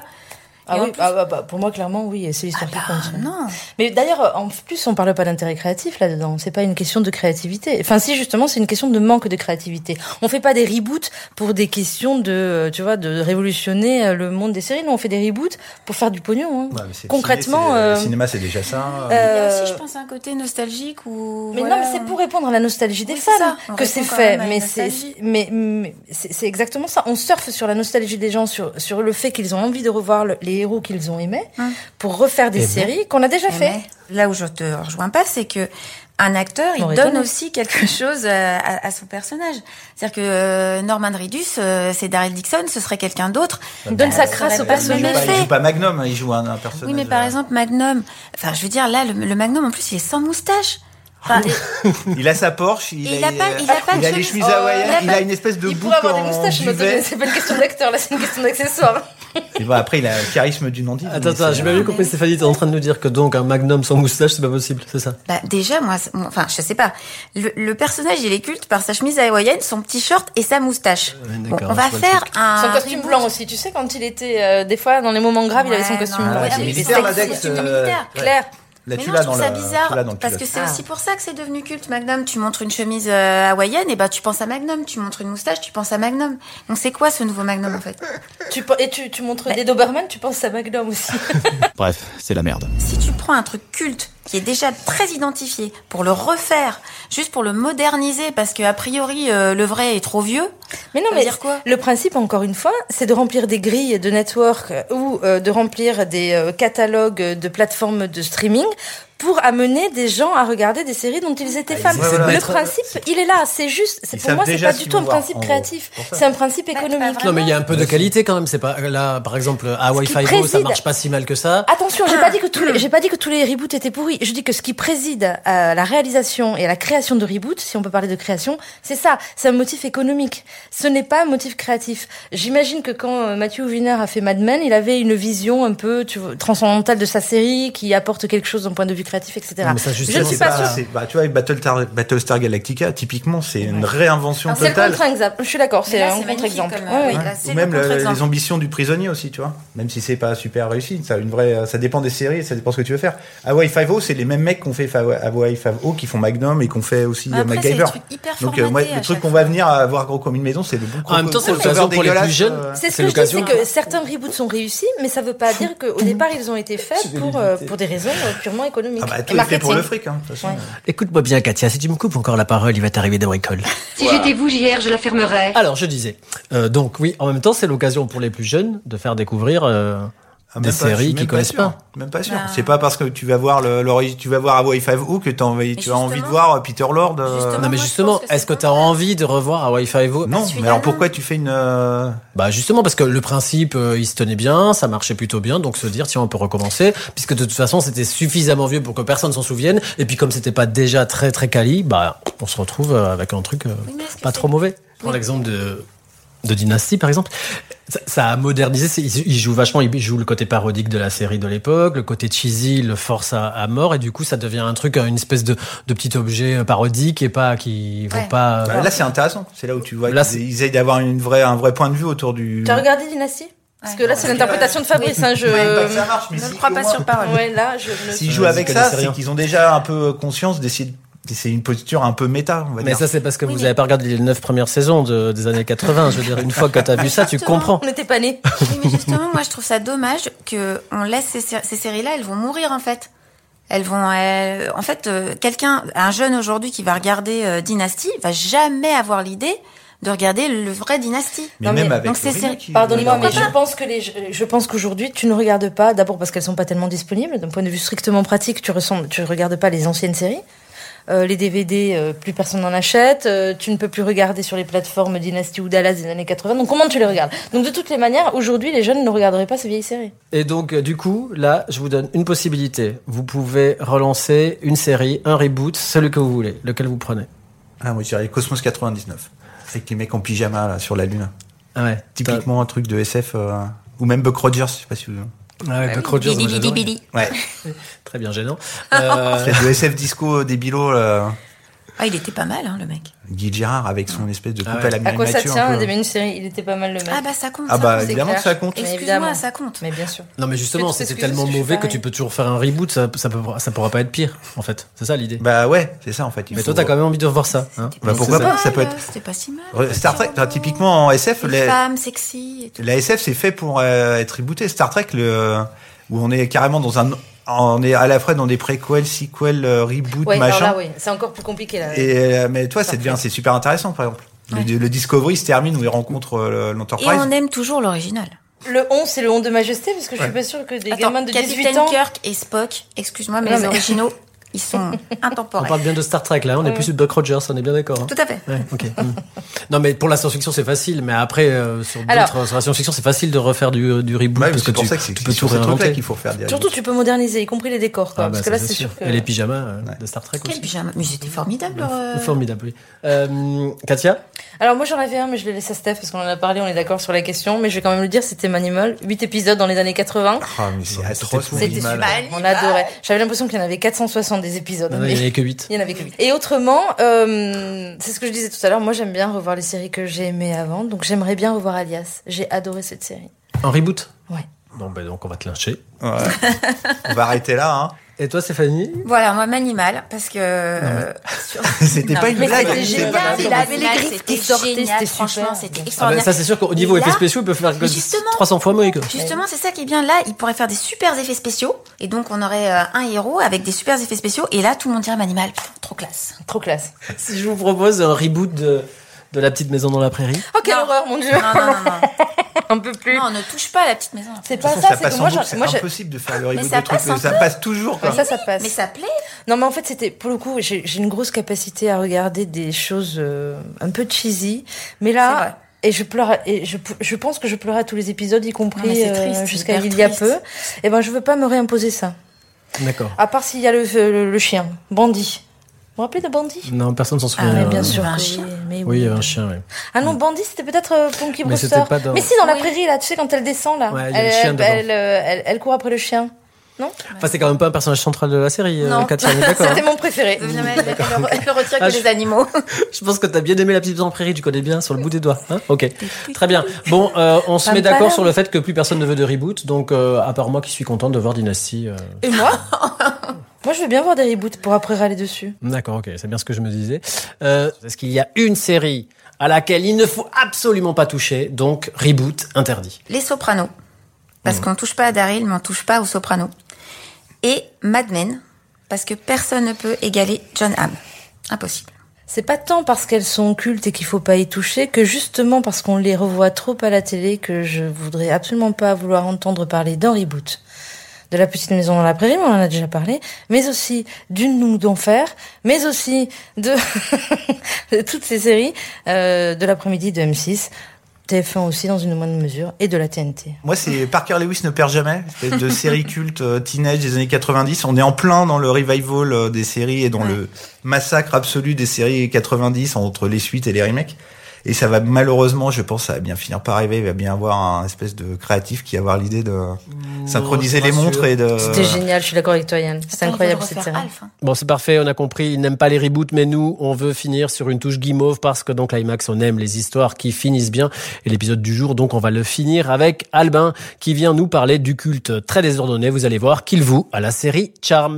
Speaker 7: Ah
Speaker 5: Et en
Speaker 7: oui,
Speaker 5: plus-
Speaker 7: ah bah, bah, pour moi, clairement, oui, et c'est l'histoire
Speaker 12: Ah
Speaker 7: qui
Speaker 12: bah,
Speaker 7: compte. hein. ouais.
Speaker 5: Non.
Speaker 7: Mais d'ailleurs, en plus, on parle pas d'intérêt créatif là-dedans. C'est pas une question de créativité. Enfin, si, justement, c'est une question de manque de créativité. On fait pas des reboots pour des questions de, euh, tu vois, de révolutionner euh, le monde des séries. Non, on fait des reboots pour faire du pognon. hein.
Speaker 3: Ouais, mais c'est-
Speaker 7: Concrètement,
Speaker 3: ciné, c'est-
Speaker 7: euh,
Speaker 3: le cinéma, c'est déjà ça.
Speaker 5: Il y a
Speaker 7: Euh,
Speaker 5: aussi, je pense, un côté nostalgique ou.
Speaker 7: Mais
Speaker 5: voilà.
Speaker 7: non, mais c'est pour répondre à la nostalgie des
Speaker 5: Oui,
Speaker 7: fans
Speaker 5: c'est ça. On
Speaker 7: que
Speaker 5: répond
Speaker 7: c'est
Speaker 5: quand
Speaker 7: fait.
Speaker 5: même à une
Speaker 7: Mais c'est,
Speaker 5: nostalgie.
Speaker 7: mais, mais c'est c'est exactement ça. On surfe sur la nostalgie des gens, sur, sur le fait qu'ils ont envie de revoir le- les héros qu'ils ont aimés
Speaker 5: Hum.
Speaker 7: pour refaire des
Speaker 1: Aimés.
Speaker 7: séries qu'on a déjà fait.
Speaker 5: Mais Là où je te rejoins pas, c'est que un acteur, il
Speaker 7: On
Speaker 5: donne
Speaker 7: rigole.
Speaker 5: aussi quelque chose euh, à, à son personnage. C'est-à-dire que euh, Norman Reedus, euh, c'est Daryl Dixon, ce serait quelqu'un d'autre.
Speaker 3: Bah,
Speaker 7: Donne sa
Speaker 5: ça
Speaker 7: crasse
Speaker 5: aurait
Speaker 7: au
Speaker 5: pas le même
Speaker 7: personnage.
Speaker 3: Il
Speaker 5: effet.
Speaker 3: joue pas Magnum, hein, il joue un, un personnage.
Speaker 5: Oui, mais par
Speaker 3: euh,
Speaker 5: exemple Magnum. Enfin, je veux dire là, le, le Magnum en plus, il est sans moustache. Enfin,
Speaker 3: Il a sa Porsche, il,
Speaker 5: Il
Speaker 3: a,
Speaker 5: a pas- il a pas
Speaker 3: il a
Speaker 5: de
Speaker 3: les
Speaker 5: chemise.
Speaker 3: chemises
Speaker 5: Oh,
Speaker 3: hawaïennes,
Speaker 5: il a
Speaker 3: il
Speaker 5: pas-
Speaker 3: a une espèce de
Speaker 7: il
Speaker 3: bouc
Speaker 7: pourrait avoir des
Speaker 3: en
Speaker 7: moustaches, mais
Speaker 3: duvet.
Speaker 7: c'est pas une question d'acteur, là, c'est une question d'accessoire.
Speaker 3: Et bah, après, il a le charisme du non
Speaker 1: Attends, attends, j'ai pas bien compris, Stéphanie, t'es en train de nous dire que donc un magnum sans moustache, c'est pas possible, c'est ça
Speaker 5: bah, déjà, moi, c'est- moi, enfin, je sais pas. Le, le personnage, il est culte par sa chemise hawaïenne, son petit short et sa moustache.
Speaker 1: Ouais,
Speaker 5: Bon,
Speaker 1: d'accord,
Speaker 5: on va
Speaker 1: je vois le
Speaker 5: faire un
Speaker 7: Son costume
Speaker 5: reboot.
Speaker 7: blanc aussi. Tu sais, quand il était, euh, des fois, dans les moments graves, il avait son
Speaker 5: Ouais,
Speaker 7: costume
Speaker 5: non,
Speaker 7: blanc.
Speaker 5: ouais,
Speaker 3: Ah,
Speaker 7: Il
Speaker 5: mais
Speaker 7: était
Speaker 5: militaire,
Speaker 7: sexy.
Speaker 5: la Dex, euh, militaire,
Speaker 7: Clair.
Speaker 3: Là,
Speaker 5: mais
Speaker 3: tu
Speaker 5: non,
Speaker 3: l'as
Speaker 5: je
Speaker 3: dans
Speaker 5: trouve
Speaker 3: le
Speaker 5: ça bizarre
Speaker 3: tu l'as dans le
Speaker 5: parce
Speaker 3: culotte.
Speaker 5: que c'est
Speaker 12: Ah.
Speaker 5: aussi pour ça que c'est devenu culte. Magnum, tu montres une chemise euh, hawaïenne et bah tu penses à Magnum. Tu montres une moustache, tu penses à Magnum. Donc c'est quoi ce nouveau Magnum en fait
Speaker 7: Tu, pe- et tu, tu montres des Doberman, tu penses à Magnum aussi.
Speaker 9: Bref, c'est la merde.
Speaker 5: Si tu prends un truc culte qui est déjà très identifié, pour le refaire, juste pour le moderniser, parce que a priori euh, le vrai est trop vieux.
Speaker 7: Mais non,
Speaker 5: Ça veut
Speaker 7: mais
Speaker 5: dire quoi
Speaker 7: le principe, encore une fois, c'est de remplir des grilles de network euh, ou euh, de remplir des euh, catalogues de plateformes de streaming pour amener des gens à regarder des séries dont ils étaient fans.
Speaker 3: Ah, essaient de
Speaker 7: le
Speaker 3: mettre- euh,
Speaker 7: principe, il est là. C'est juste, c'est
Speaker 3: Ils
Speaker 7: pour
Speaker 3: savent
Speaker 7: moi, c'est
Speaker 3: déjà
Speaker 7: pas
Speaker 3: ce
Speaker 7: du
Speaker 3: qu'ils
Speaker 7: tout
Speaker 3: vont
Speaker 7: un
Speaker 3: voir,
Speaker 7: principe
Speaker 3: en gros.
Speaker 7: créatif.
Speaker 3: C'est pour ça.
Speaker 7: C'est un
Speaker 5: Bah,
Speaker 7: principe économique.
Speaker 1: Non, mais il y a un peu de qualité quand même. C'est pas là, par exemple, Hawaii
Speaker 7: qui
Speaker 1: Five-O, ça
Speaker 7: préside- Ah.
Speaker 1: marche pas si mal que ça.
Speaker 7: Attention, j'ai pas dit que tous les, j'ai pas dit que tous les reboots étaient pourris. Je dis que ce qui préside à la réalisation et à la création de reboots, si on peut parler de création, c'est ça. C'est un motif économique. Ce n'est pas un motif créatif. J'imagine que quand euh, Matthew Wiener a fait Mad Men, il avait une vision un peu tu vois, transcendantale de sa série qui apporte quelque chose d'un point de vue créatif, etc.
Speaker 3: Non, mais ça,
Speaker 7: je ne
Speaker 3: justement,
Speaker 7: suis
Speaker 3: c'est
Speaker 7: pas,
Speaker 3: pas-
Speaker 7: sûre.
Speaker 3: c'est- bah, tu vois, avec Battlestar, Battlestar Galactica, typiquement, c'est une réinvention
Speaker 5: Ah,
Speaker 7: C'est le
Speaker 3: totale.
Speaker 7: contre-exemple. Je suis d'accord. C'est
Speaker 5: là,
Speaker 7: un
Speaker 5: c'est magnifique
Speaker 7: contre-exemple.
Speaker 5: comme,
Speaker 7: Ouais,
Speaker 5: euh,
Speaker 7: ouais.
Speaker 5: oui.
Speaker 3: Ouais.
Speaker 5: là, c'est
Speaker 3: Ou
Speaker 5: le
Speaker 3: même le-
Speaker 5: contre-exemple.
Speaker 3: les ambitions du prisonnier aussi, tu vois. Même si c'est pas super réussi, ça, a une vraie, ça dépend des séries, ça dépend ce que tu veux faire. Hawaii Five-O, c'est les mêmes mecs qu'on fait Fa- Hawaii Five-O, qui font Magnum et qu'on fait aussi
Speaker 5: Après,
Speaker 3: euh,
Speaker 5: c'est des
Speaker 3: MacGyver.
Speaker 5: trucs hyper
Speaker 3: Donc, euh,
Speaker 5: formatés
Speaker 3: moi,
Speaker 5: à
Speaker 3: le truc
Speaker 5: chaque
Speaker 3: qu'on va venir à voir gros comme une maison, c'est le bon
Speaker 1: En même temps, c'est
Speaker 3: gros
Speaker 1: l'occasion
Speaker 3: sauveur
Speaker 1: pour les
Speaker 3: dégueulasse,
Speaker 1: plus jeunes.
Speaker 3: euh,
Speaker 7: C'est ce
Speaker 1: C'est
Speaker 7: que je dis, c'est
Speaker 1: l'occasion.
Speaker 7: que certains reboots sont réussis, mais ça veut pas dire qu'au départ ils ont été faits pour, euh, pour des raisons euh, purement économiques.
Speaker 3: Ah bah,
Speaker 7: et
Speaker 3: tout est fait pour
Speaker 7: marketing.
Speaker 3: le fric, hein, de toute façon.
Speaker 1: Écoute-moi bien, Katia, si tu me coupes encore la parole, il va t'arriver des bricoles.
Speaker 13: Si j'étais vous, JR, je la fermerais.
Speaker 1: Alors, je disais, euh, donc oui, en même temps, c'est l'occasion pour les plus jeunes de faire découvrir euh,
Speaker 3: Ah,
Speaker 1: des
Speaker 3: même pas, je suis
Speaker 1: séries
Speaker 3: même
Speaker 1: qu'ils connaissent
Speaker 3: sûr.
Speaker 1: pas.
Speaker 3: Même pas sûr.
Speaker 5: Bah.
Speaker 3: C'est pas parce que tu vas voir le, l'ori- tu vas voir Hawaii Five-O que t'as envie- tu as envie de voir Peter Lord. euh,
Speaker 7: Ah,
Speaker 1: Non, mais justement, est-ce que tu as envie de revoir Hawaii Five-O
Speaker 3: Non, mais alors pourquoi tu fais une. euh,
Speaker 1: Bah justement parce que le principe, euh, il se tenait bien, ça marchait plutôt bien, donc se dire tiens on peut recommencer, puisque de toute façon c'était suffisamment vieux pour que personne s'en souvienne, et puis comme c'était pas déjà très très quali, bah on se retrouve euh, avec un truc euh, pas trop mauvais. Prends l'exemple de de Dynasty par exemple, ça, ça a modernisé, c'est- ils, ils jouent vachement, ils jouent le côté parodique de la série de l'époque, le côté cheesy, le force à, à mort, et du coup ça devient un truc, euh, une espèce de, de petit objet euh, parodique et pas qui vont
Speaker 7: Ouais.
Speaker 1: pas. euh,
Speaker 3: Bah, là, c'est intéressant. C'est là où tu vois
Speaker 1: Là,
Speaker 3: qu'ils essayent d'avoir une vraie, un vrai point de vue autour du.
Speaker 7: Tu as regardé Dynasty Parce que là c'est l'interprétation de Fabrice. hein, je...
Speaker 3: Ouais, pas que ça marche, mais
Speaker 7: ne
Speaker 3: si,
Speaker 7: le crois
Speaker 3: au
Speaker 7: pas
Speaker 3: moins.
Speaker 7: sur parole. Ouais, là, je ne-
Speaker 3: S'ils
Speaker 1: Euh,
Speaker 3: jouent
Speaker 1: ils
Speaker 3: avec ça,
Speaker 1: connaissent rien.
Speaker 3: c'est qu'ils ont déjà un peu conscience d'essayer. de- C'est une posture un peu méta, on va
Speaker 1: Mais
Speaker 3: dire.
Speaker 1: ça, c'est parce que vous n'avez pas regardé les neuf premières saisons de- des années 80. Je veux dire, une fois que t'as vu ça, tu
Speaker 5: Exactement.
Speaker 1: comprends.
Speaker 7: On n'était pas nés.
Speaker 5: Oui, mais justement, moi, je trouve ça dommage que on laisse ces, sé- ces séries-là, elles vont mourir en fait. Elles vont, euh, en fait, euh, quelqu'un, un jeune aujourd'hui qui va regarder euh, Dynasty, va jamais avoir l'idée de regarder le vrai Dynasty.
Speaker 3: Mais même avec
Speaker 5: donc
Speaker 3: le
Speaker 5: c'est
Speaker 3: remake,
Speaker 5: série-
Speaker 3: il-
Speaker 7: Pardonne-moi, mais
Speaker 5: Pourquoi
Speaker 7: je pense que les, je, je pense qu'aujourd'hui tu ne regardes pas d'abord parce qu'elles sont pas tellement disponibles d'un point de vue strictement pratique. Tu ressembles, tu regardes pas les anciennes séries. Euh, les DVD, euh, plus personne n'en achète. euh, tu ne peux plus regarder sur les plateformes Dynasty ou Dallas des années 80. Donc comment tu les regardes Donc de toutes les manières, aujourd'hui, les jeunes ne regarderaient pas ces vieilles séries.
Speaker 1: Et donc, euh, du coup, là, je vous donne une possibilité. Vous pouvez relancer une série, un reboot, celui que vous voulez, lequel vous prenez.
Speaker 3: Ah, moi, je dirais Cosmos 99. Avec les mecs en pyjama, là, sur la Lune.
Speaker 1: Ah ouais.
Speaker 3: Typiquement un truc de SF. euh, Ou même Buck Rogers, je sais pas si vous.
Speaker 1: T'as- Ah ouais, Buck Rogers, moi,
Speaker 5: Bili, bili,
Speaker 1: j'adorais.
Speaker 5: bili.
Speaker 3: Ouais.
Speaker 1: Très bien gênant. Euh,
Speaker 3: C'est de SF disco euh, débilo, là.
Speaker 5: Ah, il était pas mal, hein, le mec.
Speaker 3: Guy Girard avec son espèce de coupe
Speaker 1: Ah ouais.
Speaker 3: à la
Speaker 7: À quoi ça
Speaker 3: miniature, un
Speaker 7: tient
Speaker 3: peu.
Speaker 7: un début une série Il était pas mal le mec.
Speaker 5: Ah bah ça compte.
Speaker 3: Ah
Speaker 5: ça
Speaker 3: bah,
Speaker 5: compte.
Speaker 3: évidemment que ça compte.
Speaker 7: Mais
Speaker 5: Excuse-moi,
Speaker 7: évidemment.
Speaker 5: ça compte.
Speaker 7: Mais bien sûr.
Speaker 1: non, mais justement,
Speaker 7: Je vais te
Speaker 1: c'était
Speaker 7: excuser,
Speaker 1: tellement
Speaker 7: je suis
Speaker 1: mauvais que
Speaker 7: pareil.
Speaker 1: tu peux toujours faire un reboot, ça, ça, peut, ça pourra pas être pire, en fait. C'est ça l'idée.
Speaker 3: Bah ouais, c'est ça en fait. il
Speaker 1: mais
Speaker 3: faut-
Speaker 1: toi, t'as quand même envie de revoir ça. hein.
Speaker 3: Bah,
Speaker 1: Donc,
Speaker 3: pourquoi
Speaker 1: c'est
Speaker 3: pas Ça peut
Speaker 5: Mal,
Speaker 3: être.
Speaker 5: C'était pas si mal.
Speaker 3: Re- Star Trek, enfin, typiquement en SF,
Speaker 5: Une
Speaker 3: la,
Speaker 5: femme sexy et tout.
Speaker 3: la SF c'est fait pour euh, être rebootée. Star Trek, le, où on est carrément dans un. On est à la fois dans des préquels, sequels, euh, reboot,
Speaker 7: Ouais, alors
Speaker 3: machin.
Speaker 7: là, oui, c'est encore plus compliqué là.
Speaker 3: Et, euh, mais toi, c'est devient- c'est super intéressant par exemple. Le- Le, Discovery se termine où il rencontre euh,
Speaker 5: Et
Speaker 3: l'Enterprise.
Speaker 5: on aime toujours l'original.
Speaker 7: Le 11, c'est le 11 de majesté parce que je suis
Speaker 3: Ouais.
Speaker 7: pas sûre que des
Speaker 5: Attends,
Speaker 7: gamins de 18
Speaker 5: Capitaine
Speaker 7: ans.
Speaker 5: Kirk et Spock, excuse-moi, mais
Speaker 7: Non,
Speaker 5: les
Speaker 7: mais-
Speaker 5: originaux, ils sont
Speaker 1: On
Speaker 5: intemporels.
Speaker 1: parle bien de Star Trek là, on est plus sur Buck Rogers, on est bien d'accord. hein.
Speaker 5: Tout à fait.
Speaker 1: Ouais, ok. Mm. Non, mais pour la science-fiction, c'est facile. Mais après, euh, sur
Speaker 7: Alors-
Speaker 1: d'autres, sur la science-fiction, c'est facile de refaire du, euh, du reboot
Speaker 3: Ouais, mais
Speaker 1: parce que
Speaker 3: c'est pour
Speaker 1: tu,
Speaker 3: ça que c'est
Speaker 1: tu
Speaker 3: c'est
Speaker 1: peux tout
Speaker 3: sur ces trucs-là
Speaker 1: réinventer.
Speaker 3: qu'il faut faire des
Speaker 7: Surtout, tu peux moderniser, y compris les décors, quoi.
Speaker 1: Ah, bah,
Speaker 7: parce que
Speaker 1: ça,
Speaker 7: là,
Speaker 1: c'est
Speaker 7: c'est
Speaker 1: sûr.
Speaker 7: sûr que.
Speaker 1: Et les pyjamas euh, de Star Trek
Speaker 5: Quel
Speaker 1: aussi.
Speaker 5: pyjama Mais c'était formidable. leur, euh,
Speaker 1: Formidable, oui. Euh, Katia
Speaker 7: Alors, moi, j'en avais un, mais je l'ai laissé à Steph parce qu'on en a parlé, on est d'accord sur la question. Mais je vais quand même le dire, c'était Manimal. 8 épisodes dans les années 80.
Speaker 3: Ah, mais c'est atroce.
Speaker 1: c'était
Speaker 7: C'était
Speaker 3: Manimal.
Speaker 7: super. On adorait. J'avais l'impression qu'il y en avait 460 des épisodes.
Speaker 1: Non,
Speaker 7: mais-
Speaker 1: euh, Il n'y en a que 8.
Speaker 7: Il y en avait que huit. Et autrement, euh, c'est ce que je disais tout à l'heure, moi j'aime bien revoir les séries que j'ai aimées avant, donc j'aimerais bien revoir Alias. J'ai adoré cette série.
Speaker 1: En reboot
Speaker 7: Ouais.
Speaker 1: Bon, ben donc on va te lyncher.
Speaker 3: Ouais. on va arrêter là. Hein.
Speaker 1: Et toi, Stéphanie
Speaker 5: Voilà, moi, Manimal, parce que. euh, sur-
Speaker 3: C'était
Speaker 5: Non,
Speaker 3: pas une
Speaker 5: mais
Speaker 3: blague,
Speaker 5: C'était
Speaker 3: c'était
Speaker 5: génial,
Speaker 3: pas
Speaker 5: il
Speaker 3: la
Speaker 5: avait
Speaker 3: blague.
Speaker 5: les griffes qui sortaient, c'était Franchement,
Speaker 12: super.
Speaker 1: Ah
Speaker 5: c'était
Speaker 1: ben,
Speaker 5: extraordinaire.
Speaker 1: Ça, c'est sûr qu'au
Speaker 5: Et
Speaker 1: niveau
Speaker 5: là,
Speaker 1: effets spéciaux, ils peuvent faire que
Speaker 5: mais justement-
Speaker 1: 300 fois mieux. quoi.
Speaker 5: Justement, c'est ça qui est bien. Là, il pourrait faire des super effets spéciaux. Et donc, on aurait euh, un héros avec des super effets spéciaux. Et là, tout le monde dirait Manimal. Putain, trop classe.
Speaker 7: Trop classe.
Speaker 1: Si je vous propose un reboot de, de La Petite Maison dans la Prairie.
Speaker 7: Oh, quelle horreur, mon dieu.
Speaker 5: Non, non, non, non.
Speaker 7: Un peu plus.
Speaker 5: Non, ne touche pas à la petite maison.
Speaker 7: C'est pas
Speaker 3: Ça,
Speaker 7: ça,
Speaker 3: ça
Speaker 7: c'est
Speaker 3: passe
Speaker 7: que
Speaker 3: en
Speaker 7: moi,
Speaker 3: boucle,
Speaker 7: j'en-
Speaker 3: c'est
Speaker 7: moi, j'ai-
Speaker 3: impossible de faire le
Speaker 5: Mais
Speaker 3: reboot
Speaker 5: ça
Speaker 3: de trucs,
Speaker 5: passe un
Speaker 3: ça
Speaker 5: peu.
Speaker 3: passe toujours. quoi.
Speaker 7: Mais ça, ça passe.
Speaker 5: Mais ça plaît.
Speaker 7: Non, mais en fait, c'était pour le coup, j'ai j'ai une grosse capacité à regarder des choses euh, un peu cheesy. Mais
Speaker 5: C'est vrai.
Speaker 7: là, et je pleure, et je, je pense que je pleurais à tous les épisodes, y
Speaker 5: Non, mais
Speaker 7: compris
Speaker 5: c'est triste,
Speaker 7: euh,
Speaker 5: c'est
Speaker 7: jusqu'à
Speaker 5: hyper
Speaker 7: il y a
Speaker 5: triste.
Speaker 7: peu. Et ben, je veux pas me réimposer ça.
Speaker 1: D'accord.
Speaker 7: À part s'il y a le, euh, le, le chien, Bandit. Vous vous rappelez de Bandit
Speaker 1: Non, personne s'en souvient.
Speaker 7: mais
Speaker 1: euh,
Speaker 7: Ah bien sûr.
Speaker 5: un
Speaker 7: que
Speaker 5: chien.
Speaker 7: oui, Mais
Speaker 1: Oui, il y avait un chien, oui.
Speaker 7: Ah non, Bandit, c'était peut-être euh, Punky
Speaker 1: Mais
Speaker 7: Brewster.
Speaker 1: c'était pas dans-
Speaker 7: Mais si, dans la
Speaker 5: Oui.
Speaker 7: prairie, là, tu sais, quand elle descend, là,
Speaker 1: Ouais, il y a le
Speaker 7: elle,
Speaker 1: chien
Speaker 7: elle,
Speaker 1: dedans.
Speaker 7: elle, euh, elle- elle court après le chien. Non
Speaker 1: Enfin, c'est quand même pas un personnage central de la série, euh,
Speaker 5: Non.
Speaker 1: Katia, on est d'accord.
Speaker 7: C'était mon préféré.
Speaker 5: Elle ne retire
Speaker 1: Ah,
Speaker 5: que
Speaker 1: je-
Speaker 5: les animaux.
Speaker 1: Je pense que t'as bien aimé La Petite Maison en Prairie, tu connais bien sur le bout des doigts. hein ok, très bien. Bon, euh, on se
Speaker 7: Pam,
Speaker 1: met d'accord
Speaker 7: pam.
Speaker 1: sur le fait que plus personne ne veut de reboot, donc euh, à part moi qui suis contente de voir Dynasty. euh,
Speaker 7: Et moi Moi, je veux bien voir des reboots pour après râler dessus.
Speaker 1: D'accord, ok, c'est bien ce que je me disais. Euh, parce qu'il y a une série à laquelle il ne faut absolument pas toucher, donc reboot interdit.
Speaker 5: Les sopranos.
Speaker 7: Mmh.
Speaker 5: Parce qu'on touche pas à Daryl, mais on touche pas aux sopranos. Et Mad Men. Parce que personne ne peut égaler John Hamm. Impossible.
Speaker 7: C'est pas tant parce qu'elles sont cultes et qu'il faut pas y toucher que justement parce qu'on les revoit trop à la télé que je voudrais absolument pas vouloir entendre parler d'un reboot. De la petite maison dans la prairie, mais on en a déjà parlé, mais aussi d'une longue d'enfer, mais aussi de, de toutes les séries euh, de l'après-midi de M6, TF1 aussi dans une moindre mesure, et de la TNT.
Speaker 3: Moi, c'est Parker Lewis ne perd jamais, espèce de série culte euh, teenage des années 90. On est en plein dans le revival euh, des séries et dans le massacre absolu des séries 90 entre les suites et les remakes. Et ça va malheureusement, je pense, ça va bien finir par arriver. Il va bien avoir un espèce de créatif qui va avoir l'idée de synchroniser
Speaker 1: je suis
Speaker 3: les
Speaker 1: pas
Speaker 3: montres
Speaker 1: sûr.
Speaker 3: et de.
Speaker 7: C'était génial, je suis d'accord avec toi Yann, c'est
Speaker 5: Attends,
Speaker 7: incroyable
Speaker 5: ils veulent
Speaker 7: cette
Speaker 5: refaire
Speaker 7: série.
Speaker 5: Alf, hein.
Speaker 1: Bon, c'est parfait, on a compris, ils n'aiment pas les reboots, mais nous, on veut finir sur une touche guimauve parce que donc IMAX, on aime les histoires qui finissent bien. Et l'épisode du jour, donc, on va le finir avec Albin qui vient nous parler du culte très désordonné. Vous allez voir qu'il voue à la série Charm.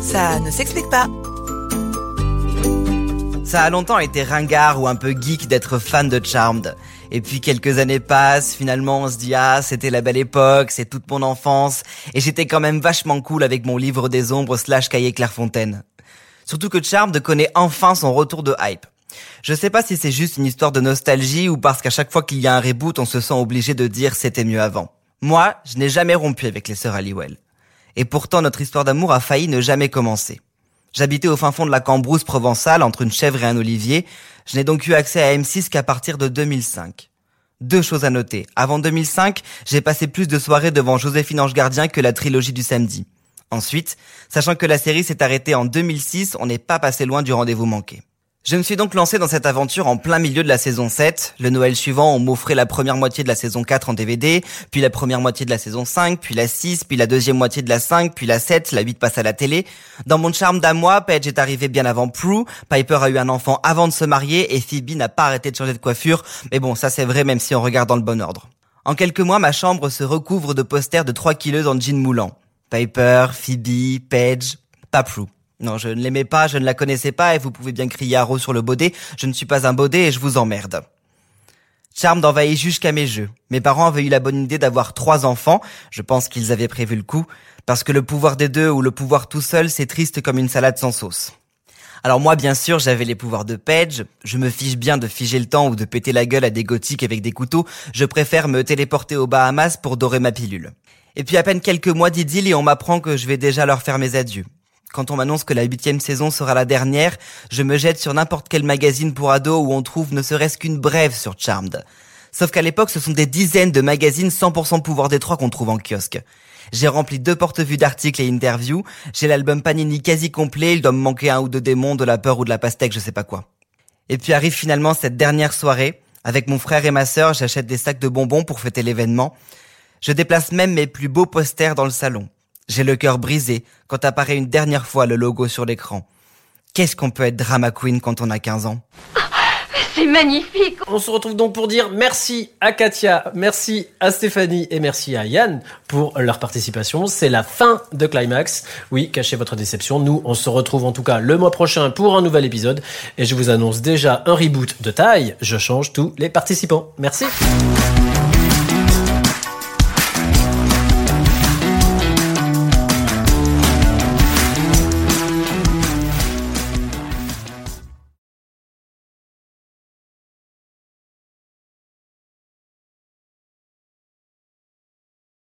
Speaker 11: Ça ne s'explique pas.
Speaker 14: Ça a longtemps été ringard ou un peu geek d'être fan de Charmed. Et puis quelques années passent, finalement on se dit ah c'était la belle époque, c'est toute mon enfance, et j'étais quand même vachement cool avec mon livre des ombres slash cahier Clairefontaine. Surtout que Charmed connaît enfin son retour de hype. Je sais pas si c'est juste une histoire de nostalgie ou parce qu'à chaque fois qu'il y a un reboot on se sent obligé de dire c'était mieux avant. Moi, je n'ai jamais rompu avec les sœurs Halliwell. Et pourtant notre histoire d'amour a failli ne jamais commencer. J'habitais au fin fond de la Cambrousse provençale, entre une chèvre et un olivier. Je n'ai donc eu accès à M6 qu'à partir de 2005. Deux choses à noter. Avant 2005, j'ai passé plus de soirées devant Joséphine Ange Gardien que la trilogie du samedi. Ensuite, sachant que la série s'est arrêtée en 2006, on n'est pas passé loin du rendez-vous manqué. Je me suis donc lancé dans cette aventure en plein milieu de la saison 7. Le Noël suivant, on m'offrait la première moitié de la saison 4 en DVD, puis la première moitié de la saison 5, puis la 6, puis la deuxième moitié de la 5, puis la 7, la 8 passe à la télé. Dans mon charme d'à moi, Paige est arrivée bien avant Prue, Piper a eu un enfant avant de se marier, et Phoebe n'a pas arrêté de changer de coiffure, mais bon, ça c'est vrai même si on regarde dans le bon ordre. En quelques mois, ma chambre se recouvre de posters de trois kilos en jean moulant. Piper, Phoebe, Paige, pas Prue. Non, je ne l'aimais pas, je ne la connaissais pas, et vous pouvez bien crier à Ro sur le baudet, je ne suis pas un baudet et je vous emmerde. Charmed envahit jusqu'à mes jeux. Mes parents avaient eu la bonne idée d'avoir trois enfants, je pense qu'ils avaient prévu le coup, parce que le pouvoir des deux ou le pouvoir tout seul, c'est triste comme une salade sans sauce. Alors moi, bien sûr, j'avais les pouvoirs de Page. Je me fiche bien de figer le temps ou de péter la gueule à des gothiques avec des couteaux. Je préfère me téléporter aux Bahamas pour dorer ma pilule. Et puis à peine quelques mois d'idylle et on m'apprend que je vais déjà leur faire mes adieux. Quand on m'annonce que la huitième saison sera la dernière, je me jette sur n'importe quel magazine pour ados où on trouve ne serait-ce qu'une brève sur Charmed. Sauf qu'à l'époque, ce sont des dizaines de magazines 100% pouvoir des trois qu'on trouve en kiosque. J'ai rempli deux porte-vues d'articles et interviews. J'ai l'album Panini quasi complet. Il doit me manquer un ou deux démons, de la peur ou de la pastèque, je sais pas quoi. Et puis arrive finalement cette dernière soirée. Avec mon frère et ma sœur, j'achète des sacs de bonbons pour fêter l'événement. Je déplace même mes plus beaux posters dans le salon. J'ai le cœur brisé quand apparaît une dernière fois le logo sur l'écran. Qu'est-ce qu'on peut être drama queen quand on a 15 ans
Speaker 13: c'est magnifique.
Speaker 1: On se retrouve donc pour dire merci à Katia, merci à Stéphanie et merci à Yann pour leur participation. C'est la fin de Climax. Oui, cachez votre déception. Nous, on se retrouve en tout cas le mois prochain pour un nouvel épisode. Et je vous annonce déjà un reboot de taille. Je change tous les participants. Merci.